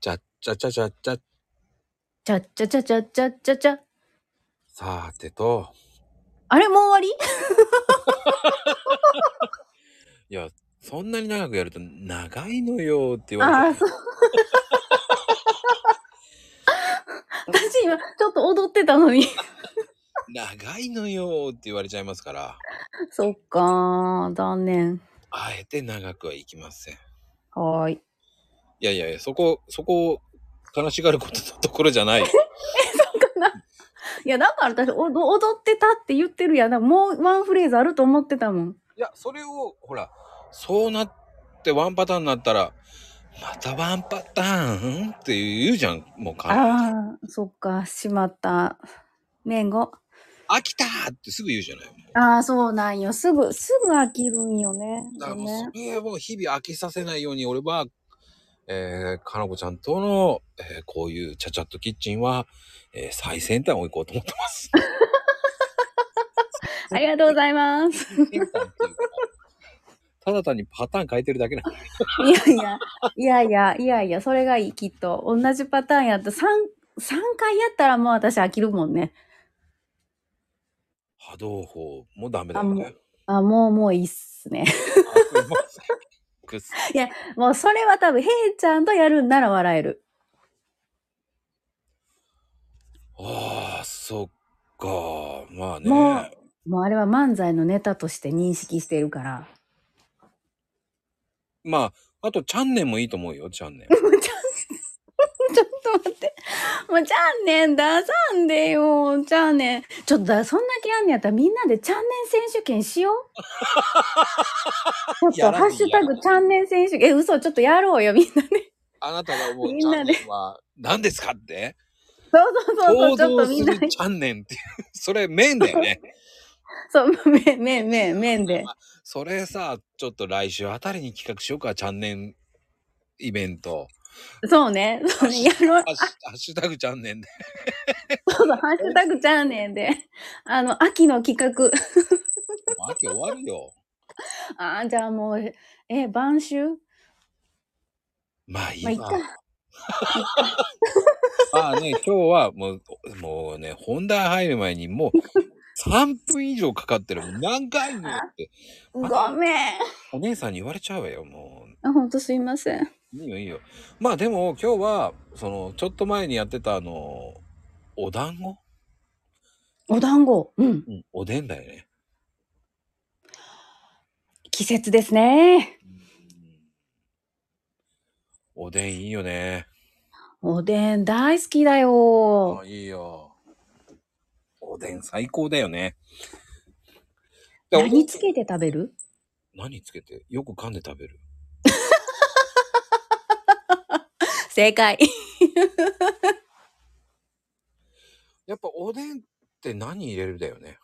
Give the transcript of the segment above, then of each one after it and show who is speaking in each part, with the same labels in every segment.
Speaker 1: ちゃちゃちゃちゃ。
Speaker 2: ちゃっちゃちゃちゃちゃちゃちゃ。
Speaker 1: さーてと。
Speaker 2: あれもう終わ
Speaker 1: いや、そんなに長くやると長いのよって言
Speaker 2: り
Speaker 1: わ
Speaker 2: あ
Speaker 1: れ
Speaker 2: あ、
Speaker 1: て
Speaker 2: そう。私今、ちょっと踊ってたのに。
Speaker 1: 長いのよって言われちゃいますから、
Speaker 2: そっかー、残念。
Speaker 1: あえて長くはいきません。い
Speaker 2: はーい。
Speaker 1: やいやいや、そこ、そこを悲しがることのところじゃ ない。
Speaker 2: いや、だから私、おど踊ってたって言ってるやん。だからもうワンフレーズあると思ってたもん。
Speaker 1: いや、それを、ほら、そうなってワンパターンになったら、またワンパターンって言うじゃん、もうか
Speaker 2: ああ、そっか、しまった。年後。
Speaker 1: 飽きたーってすぐ言うじゃない。もう
Speaker 2: ああ、そうなんよ。すぐ、すぐ飽きるんよね。
Speaker 1: だからもう
Speaker 2: ね
Speaker 1: それを日々飽きさせないように俺は、えー、かなこちゃんとの、えーこういうチャチャッとキッチンは、えー最先端を行こうと思ってます。
Speaker 2: ありがとうございます。
Speaker 1: 最先端っていうかただ単にパターン変えてるだけなんだ
Speaker 2: いやいや、いやいや、いやいや、それがいい、きっと。同じパターンやった。3、三回やったらもう私飽きるもんね。
Speaker 1: 波動砲もダメだよ
Speaker 2: あ
Speaker 1: ね。
Speaker 2: あ、もう、もういいっすね。
Speaker 1: あもうくっそ
Speaker 2: もうそれは多分、へいちゃんとやるんなら笑える。
Speaker 1: ああ、そっか。まあね。
Speaker 2: もうもうあれは漫才のネタとして認識しているから。
Speaker 1: まあ、あと、チャンネルもいいと思うよ、チャンネル。
Speaker 2: ちょっと待って。もう、チャンネン出さんでよ。チャンネン。ちょっとだ、そんだけやんねやったらみんなでチャンネン選手権しよう。ち ょ
Speaker 1: や
Speaker 2: っと、
Speaker 1: らん
Speaker 2: ハッシュタグチャンネン選手権。え、嘘、ちょっとやろうよ、みんなで。
Speaker 1: あなたが思う
Speaker 2: み
Speaker 1: チ
Speaker 2: ん
Speaker 1: ャ
Speaker 2: な
Speaker 1: ン
Speaker 2: で
Speaker 1: ネルは何ですかって
Speaker 2: そうそうそうそう、
Speaker 1: 行
Speaker 2: ちょっ
Speaker 1: 動
Speaker 2: と
Speaker 1: す
Speaker 2: みんな
Speaker 1: る
Speaker 2: で。
Speaker 1: チャンネルっていう。それ、メインだよね。
Speaker 2: そう、 め、め、め、めで。
Speaker 1: それさ、ちょっと来週あたりに企画しようか、チャンネルイベント。
Speaker 2: そうね。そうね。や ろう
Speaker 1: ハ。ッシュハッシュタグチャンネルで。
Speaker 2: そうそう、ハッシュタグチャンネンで。あの、秋の企画。
Speaker 1: もう秋終わるよ。
Speaker 2: ああ、じゃあもう、え、晩秋
Speaker 1: まあいい
Speaker 2: まあ、いっ
Speaker 1: わ。
Speaker 2: か。
Speaker 1: まあね、今日はもう、もうね、本題入る前にもう3分以上かかってる。長いのよって。
Speaker 2: ごめん。
Speaker 1: お姉さんに言われちゃうわよ、もう。
Speaker 2: あ、ほんとすいません。
Speaker 1: いいよいいよ。まあでも今日は、その、ちょっと前にやってたあの、お団子、
Speaker 2: お団子。うん。
Speaker 1: うん、おでんだよね。
Speaker 2: 季節ですね。
Speaker 1: おでんいいよね。
Speaker 2: おでん大好きだよ
Speaker 1: あ。いいよ。おでん最高だよね。だから
Speaker 2: 何つけて食べる
Speaker 1: 何つけてよく噛んで食べる。
Speaker 2: 正解。
Speaker 1: やっぱおでんって何入れるだよね。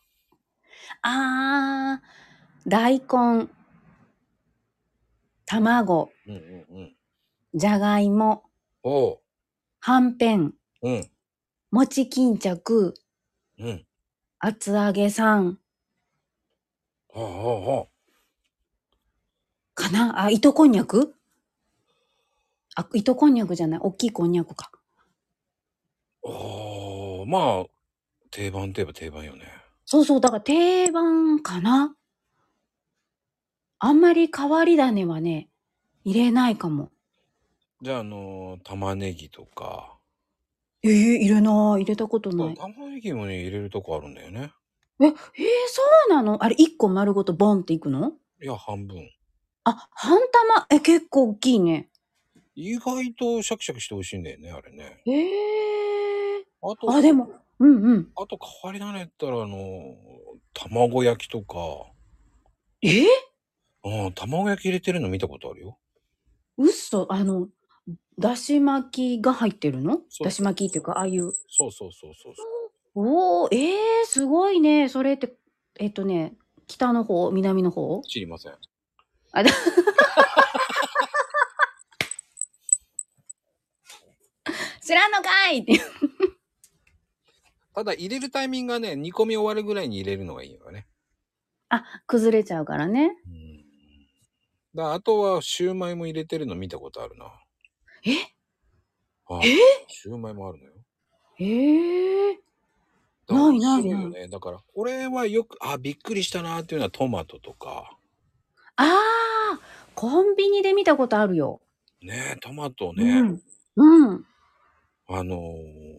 Speaker 2: あー、大根、卵、
Speaker 1: うんうんうん。
Speaker 2: じゃがいも、
Speaker 1: おう。
Speaker 2: はんぺん、
Speaker 1: うん。
Speaker 2: 餅巾着、
Speaker 1: うん。
Speaker 2: 厚揚げさん、
Speaker 1: はあはあはあ。
Speaker 2: かなあ、糸こんにゃくあ、糸こんにゃくじゃない。大きいこんにゃくか。
Speaker 1: おーまあ、定番といえば定番よね。
Speaker 2: そうそう。だから定番かなあんまり変わり種はね、入れないかも。
Speaker 1: じゃあ、あのー玉ねぎとか。
Speaker 2: えー、入れない。入れたことない。
Speaker 1: 玉ねぎもね、入れるとこあるんだよね。
Speaker 2: え、えー、そうなのあれ、一個丸ごとボンっていくの
Speaker 1: いや、半分。
Speaker 2: あ、半玉。え、結構大きいね。
Speaker 1: 意外とシャキシャキして美味しいんだよね、あれね。
Speaker 2: ええ
Speaker 1: あと、
Speaker 2: あ、でも、うんうん。
Speaker 1: あと変わり種って言ったら、あのー卵焼きとか、
Speaker 2: えー、
Speaker 1: うん、卵焼き入れてるの見たことあるよ。
Speaker 2: 嘘あの、だし巻きが入ってるの
Speaker 1: そう
Speaker 2: だし巻きっていうか、ああいう。
Speaker 1: そうそうそうそうそう。
Speaker 2: おお、ええー、すごいね。それって、えっとね、北の方、南の方
Speaker 1: 知りません。
Speaker 2: あだ知らんのかいって。
Speaker 1: ただ、入れるタイミングがね、煮込み終わるぐらいに入れるのがいいよね。
Speaker 2: あ、 崩れちゃうからね。
Speaker 1: うん。だからあとは、シューマイも入れてるの見たことあるな。
Speaker 2: え
Speaker 1: あはい
Speaker 2: え
Speaker 1: シューマイもあるのよ。
Speaker 2: ええ
Speaker 1: だから
Speaker 2: ないない
Speaker 1: するよ
Speaker 2: な
Speaker 1: ね。だから、これはよく、あ、びっくりしたなっていうのはトマトとか、
Speaker 2: ああ、コンビニで見たことあるよ。
Speaker 1: ねトマトね、
Speaker 2: うん。うん。
Speaker 1: あのー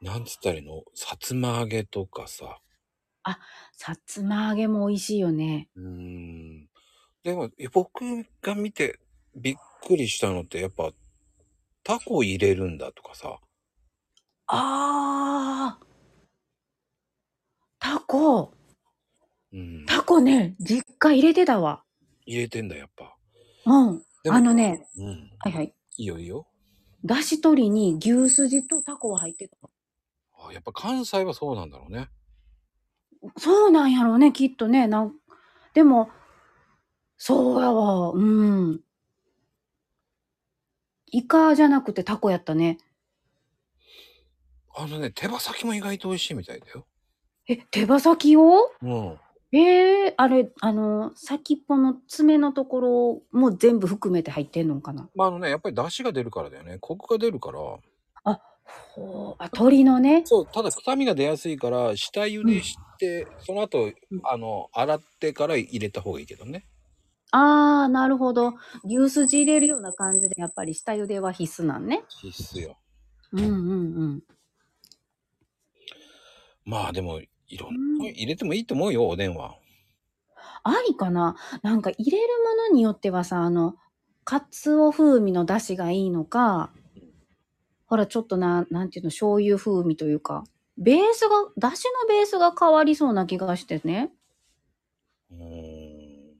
Speaker 1: なんつったらいいのさつま揚げとかさ。
Speaker 2: さつま揚げも美味しいよね。
Speaker 1: うーん。でも、え僕が見てびっくりしたのって、やっぱ、タコ入れるんだとかさ。
Speaker 2: ああ。タコ。
Speaker 1: うん。
Speaker 2: タコね、実家入れてたわ。
Speaker 1: 入れてんだ、やっぱ。
Speaker 2: うん。
Speaker 1: でも
Speaker 2: あの。ね、
Speaker 1: うん。
Speaker 2: はいはい。
Speaker 1: いいよいいよ。
Speaker 2: だし取りに牛すじとタコは入ってた。
Speaker 1: あやっぱ関西はそうなんだろうね。
Speaker 2: そうなんやろうね、きっとね。なんでも、そうやわ。うん。イカじゃなくてタコやったね。
Speaker 1: あのね、手羽先も意外と美味しいみたいだよ。
Speaker 2: え、手羽先を
Speaker 1: うん。
Speaker 2: ええあれ、あの、先っぽの爪のところも全部含めて入ってんのかな
Speaker 1: まああのね、やっぱり出汁が出るからだよね。コクが出るから。
Speaker 2: ほうあ、鳥のね。
Speaker 1: そう、ただ臭みが出やすいから、下茹でして、その後、あの、洗ってから入れた方がいいけどね。
Speaker 2: ああ、なるほど。牛すじ入れるような感じで、やっぱり下茹では必須なんね。
Speaker 1: 必須よ。
Speaker 2: うんうんうん。
Speaker 1: まあでも、いろんな、
Speaker 2: うん
Speaker 1: 入れてもいいと思うよ、おでんは。
Speaker 2: ありかななんか入れるものによってはさ、あの、かつお風味の出汁がいいのか、ほら、ちょっとな、なんていうの、醤油風味というか、ベースが、出汁のベースが変わりそうな気がしてね。
Speaker 1: うーん。い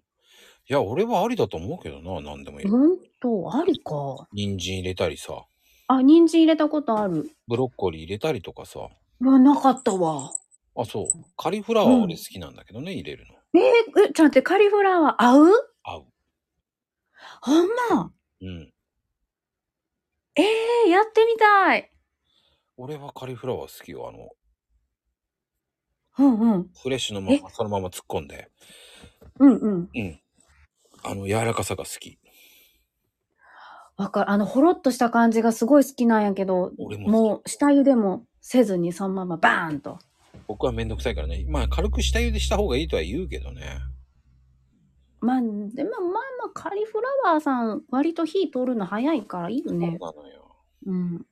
Speaker 1: や、俺はありだと思うけどな、何でもいい。
Speaker 2: ほんと、ありか。
Speaker 1: 人参入れたりさ、
Speaker 2: あ、人参入れたことある。
Speaker 1: ブロッコリー入れたりとかさ。
Speaker 2: うわ、なかったわ。
Speaker 1: あ、そう。カリフラワー俺好きなんだけどね、入れるの。
Speaker 2: えーえ、ちょっと待って、カリフラワー合う
Speaker 1: 合う。
Speaker 2: ほんま。
Speaker 1: うん。
Speaker 2: ええやってみたい。
Speaker 1: 俺はカリフラワー好きよ。あの、
Speaker 2: うんうん。
Speaker 1: フレッシュのまま、そのまま突っ込んで。
Speaker 2: うんうん。
Speaker 1: うん。あの、柔らかさが好き。
Speaker 2: わかる。あの、ほろっとした感じがすごい好きなんやけど、
Speaker 1: 俺も好き
Speaker 2: もう、下茹でもせずに、そのままバーンと。
Speaker 1: 僕はめんどくさいからね。まあ、軽く下茹でした方がいいとは言うけどね。
Speaker 2: まあ、でも、まあまあ、カリフラワーさん、割と火通るの早いからいいよね。
Speaker 1: そうなのよ。
Speaker 2: うん。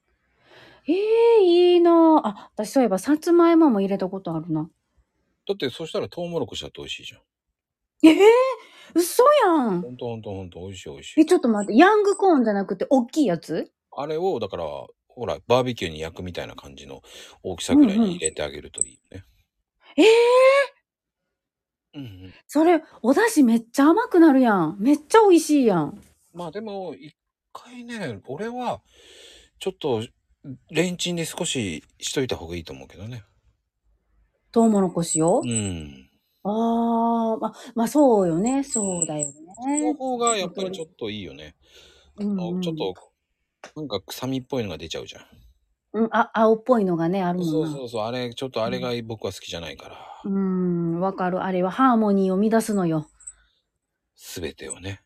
Speaker 2: ええいいなああ、私そういえば、さつまいもも入れたことあるな。
Speaker 1: だって、そしたらトウモロコシだって美味しいじゃん。
Speaker 2: ええ嘘やん
Speaker 1: ほ。んとほんとほんと、美味しい美味し
Speaker 2: え、
Speaker 1: い。
Speaker 2: ちょっと待って、ヤングコーンじゃなくて、大きいやつ
Speaker 1: あれを、だから、ほら、バーベキューに焼くみたいな感じの大きさぐらいに入れてあげるといいよね。
Speaker 2: ええ
Speaker 1: うん、うん。
Speaker 2: それ、お出汁めっちゃ甘くなるやん。めっちゃ美味しいやん。
Speaker 1: まあ、でも、一回ね、俺は、ちょっと、レンチンで少ししといた方がいいと思うけどね。
Speaker 2: トウモロコシを
Speaker 1: う。ん。
Speaker 2: ああ、ま、まあそうよね。そうだよ
Speaker 1: その
Speaker 2: ね。
Speaker 1: 方が、やっぱりちょっといいよね。
Speaker 2: うんうん
Speaker 1: ちょっと、なんか臭みっぽいのが出ちゃうじゃん。
Speaker 2: うん、あ、青っぽいのがね、あるもんな。
Speaker 1: そうそうそう、あれ、ちょっとあれが僕は好きじゃないから、
Speaker 2: うーん、わかる。あれはハーモニーを乱すのよ。
Speaker 1: すべてをね。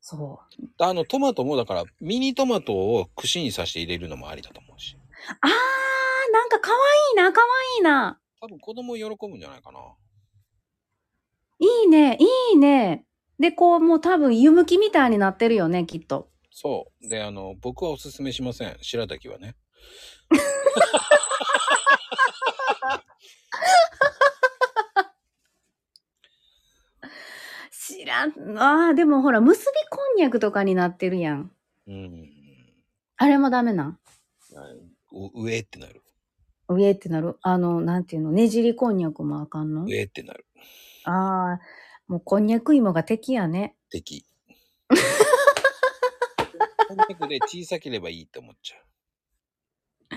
Speaker 2: そう。
Speaker 1: あの、トマトもだから、ミニトマトを串に刺して入れるのもありだと思うし。
Speaker 2: あー、なんか可愛いな、可愛いな。
Speaker 1: 多分子供喜ぶんじゃないかな。
Speaker 2: いいね、いいね。で、こう、もう多分湯むきみたいになってるよね、きっと。
Speaker 1: そう。で、あの、僕はおすすめしません。白滝はね。
Speaker 2: 知らん。あー、でもほら、結びこんにゃくとかになってるやん。
Speaker 1: うん。
Speaker 2: あれもダメなん
Speaker 1: う上ってなる。
Speaker 2: 上ってなる。あの、なんていうの、ねじりこんにゃくもあかんの
Speaker 1: 上ってなる。
Speaker 2: ああ、もうこんにゃく芋が敵やね。
Speaker 1: 敵。こんにゃくで小さければいいって思っちゃう。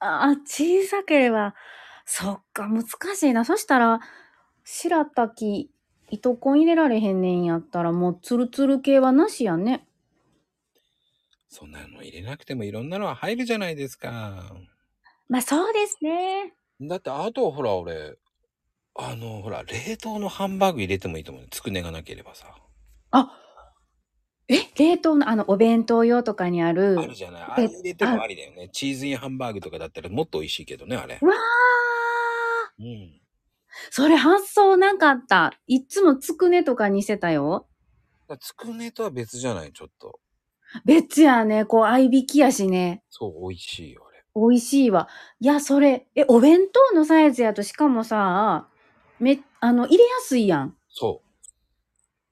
Speaker 2: ああ、小さければ、そっか、難しいな。そしたら、白滝、糸こん入れられへんねんやったら、もうツルツル系はなしやね。
Speaker 1: そんなの入れなくてもいろんなのは入るじゃないですか。
Speaker 2: まあそうですね。
Speaker 1: だって、あとほら、俺、あの、ほら、冷凍のハンバーグ入れてもいいと思うね。つくねがなければさ。
Speaker 2: え冷凍の、あの、お弁当用とかにある。
Speaker 1: あるじゃない。あれ入れてもありだよね。チーズインハンバーグとかだったらもっと美味しいけどね、あれ。
Speaker 2: わー
Speaker 1: うん。
Speaker 2: それ発想なかった。いっつもつくねとかにしてたよ。
Speaker 1: だからつくねとは別じゃない、ちょっと。
Speaker 2: 別やね、こう、合いびきやしね。
Speaker 1: そう、美味しいよ、あれ。
Speaker 2: 美味しいわ。いや、それ、え、お弁当のサイズやと、しかもさ、め、あの、入れやすいやん。
Speaker 1: そ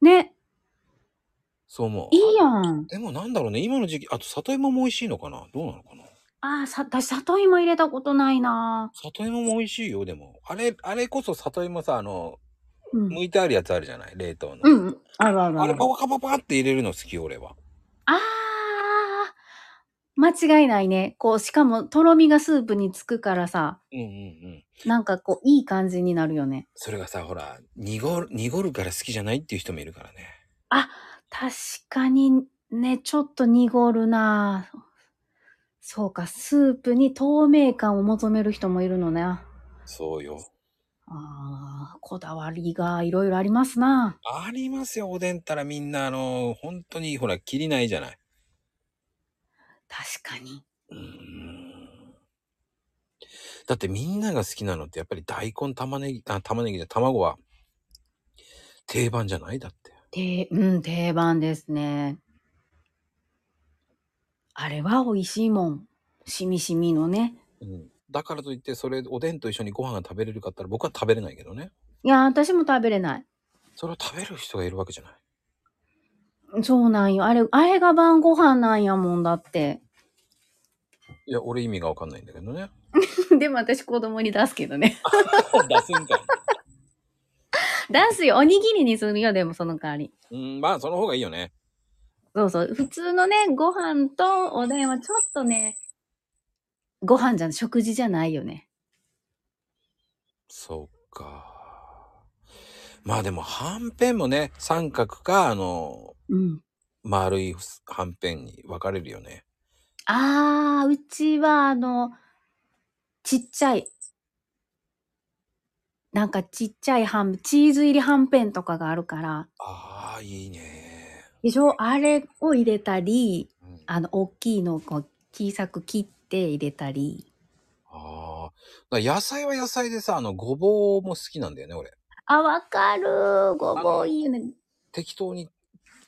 Speaker 1: う。
Speaker 2: ね、
Speaker 1: そう思う。
Speaker 2: いいやん。
Speaker 1: でもなんだろうね、今の時期、あと里芋も美味しいのかなどうなのかな
Speaker 2: ああ、さ、私、里芋入れたことないな
Speaker 1: 里芋も美味しいよ、でも。あれ、あれこそ里芋さ、あの、
Speaker 2: うん。
Speaker 1: 剥いてあるやつあるじゃない冷凍の。
Speaker 2: うんうん。あるある
Speaker 1: あ
Speaker 2: あ
Speaker 1: れ
Speaker 2: る
Speaker 1: パ。パパパパって入れるの好き、俺は。
Speaker 2: ああ、間違いないね。こう、しかも、とろみがスープにつくからさ、
Speaker 1: うんうんうん。
Speaker 2: なんかこう、いい感じになるよね。
Speaker 1: それがさ、ほら、濁る、濁るから好きじゃないっていう人もいるからね。
Speaker 2: 確かにね、ちょっと濁るなぁそうか、スープに透明感を求める人もいるのね。あ
Speaker 1: そうよ。
Speaker 2: あ、こだわりがいろいろありますな
Speaker 1: ありますよ、おでんったらみんな、あの、本当に、ほら、きりないじゃない。
Speaker 2: 確かに。
Speaker 1: うんだってみんなが好きなのって、やっぱり大根、玉ねぎ、あ、玉ねぎで卵は、定番じゃないだって。
Speaker 2: で、うん、定番ですね。あれは美味しいもん。しみしみのね。
Speaker 1: うん。だからといって、それ、おでんと一緒にご飯が食べれるかって言ったら、僕は食べれないけどね。
Speaker 2: いや、私も食べれない。
Speaker 1: それを食べる人がいるわけじゃない。
Speaker 2: そうなんよ。あれ、あれが晩ご飯なんやもんだって。
Speaker 1: いや、俺意味がわかんないんだけどね。
Speaker 2: でも私子供に出すけどね。
Speaker 1: 出すんかい。
Speaker 2: 出すよ。おにぎりにするよ、でもその代わり。
Speaker 1: うん、まあ、その方がいいよね。
Speaker 2: そうそう。普通のね、ご飯とおでんはちょっとね、ご飯じゃん、食事じゃないよね。
Speaker 1: そうか。まあでも、はんぺんもね、三角か、あの、
Speaker 2: うん。
Speaker 1: 丸いはんぺんに分かれるよね。
Speaker 2: あー、うちはあの、ちっちゃい。なんかちっちゃいハン、チーズ入りはんぺんとかがあるから。
Speaker 1: ああ、いいね。
Speaker 2: でしょあれを入れたり、
Speaker 1: うんあ
Speaker 2: あの、大きいのをこう小さく切って入れたり。
Speaker 1: あー。だから野菜は野菜でさ、あの、ごぼうも好きなんだよね、俺。
Speaker 2: あ、わかるー。ごぼういいよね。
Speaker 1: 適当に、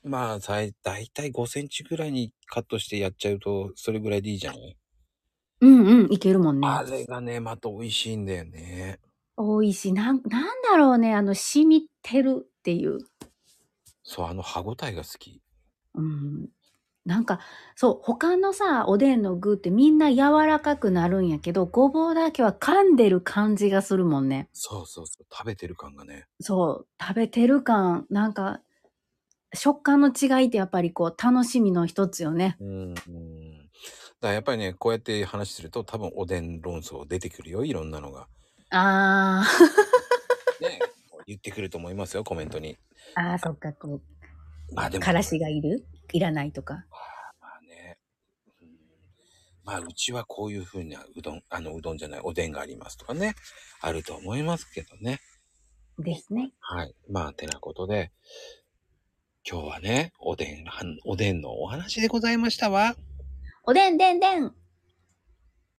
Speaker 1: まあ、だいたい5センチぐらいにカットしてやっちゃうと、それぐらいでいいじゃん。
Speaker 2: うんうん、いけるもんね。
Speaker 1: あれがね、また美味しいんだよね。
Speaker 2: 多いし、なん、なんだろうね、あの、染みてるっていう。
Speaker 1: そう、あの歯ごたえが好き。
Speaker 2: うん。なんか、そう、他のさ、おでんの具ってみんな柔らかくなるんやけど、ごぼうだけは噛んでる感じがするもんね。
Speaker 1: そうそうそう、食べてる感がね。
Speaker 2: そう、食べてる感、なんか、食感の違いってやっぱりこう、楽しみの一つよね。
Speaker 1: うん。うん、だからやっぱりね、こうやって話すると多分おでん論争出てくるよ、いろんなのが。
Speaker 2: あ
Speaker 1: ね、言ってくると思いますよ、コメントに。
Speaker 2: ー、あー、そっか、こ
Speaker 1: まあで
Speaker 2: う、
Speaker 1: も、
Speaker 2: からしがいるいらないとか。
Speaker 1: まあね。うんまあ、うちはこういうふうなうどん、あの、うどんじゃない、おでんがありますとかね、あると思いますけどね。
Speaker 2: ですね。
Speaker 1: はい。まあ、てなことで、今日はね、おでん、はんおでんのお話でございましたわ。
Speaker 2: おでんでんでん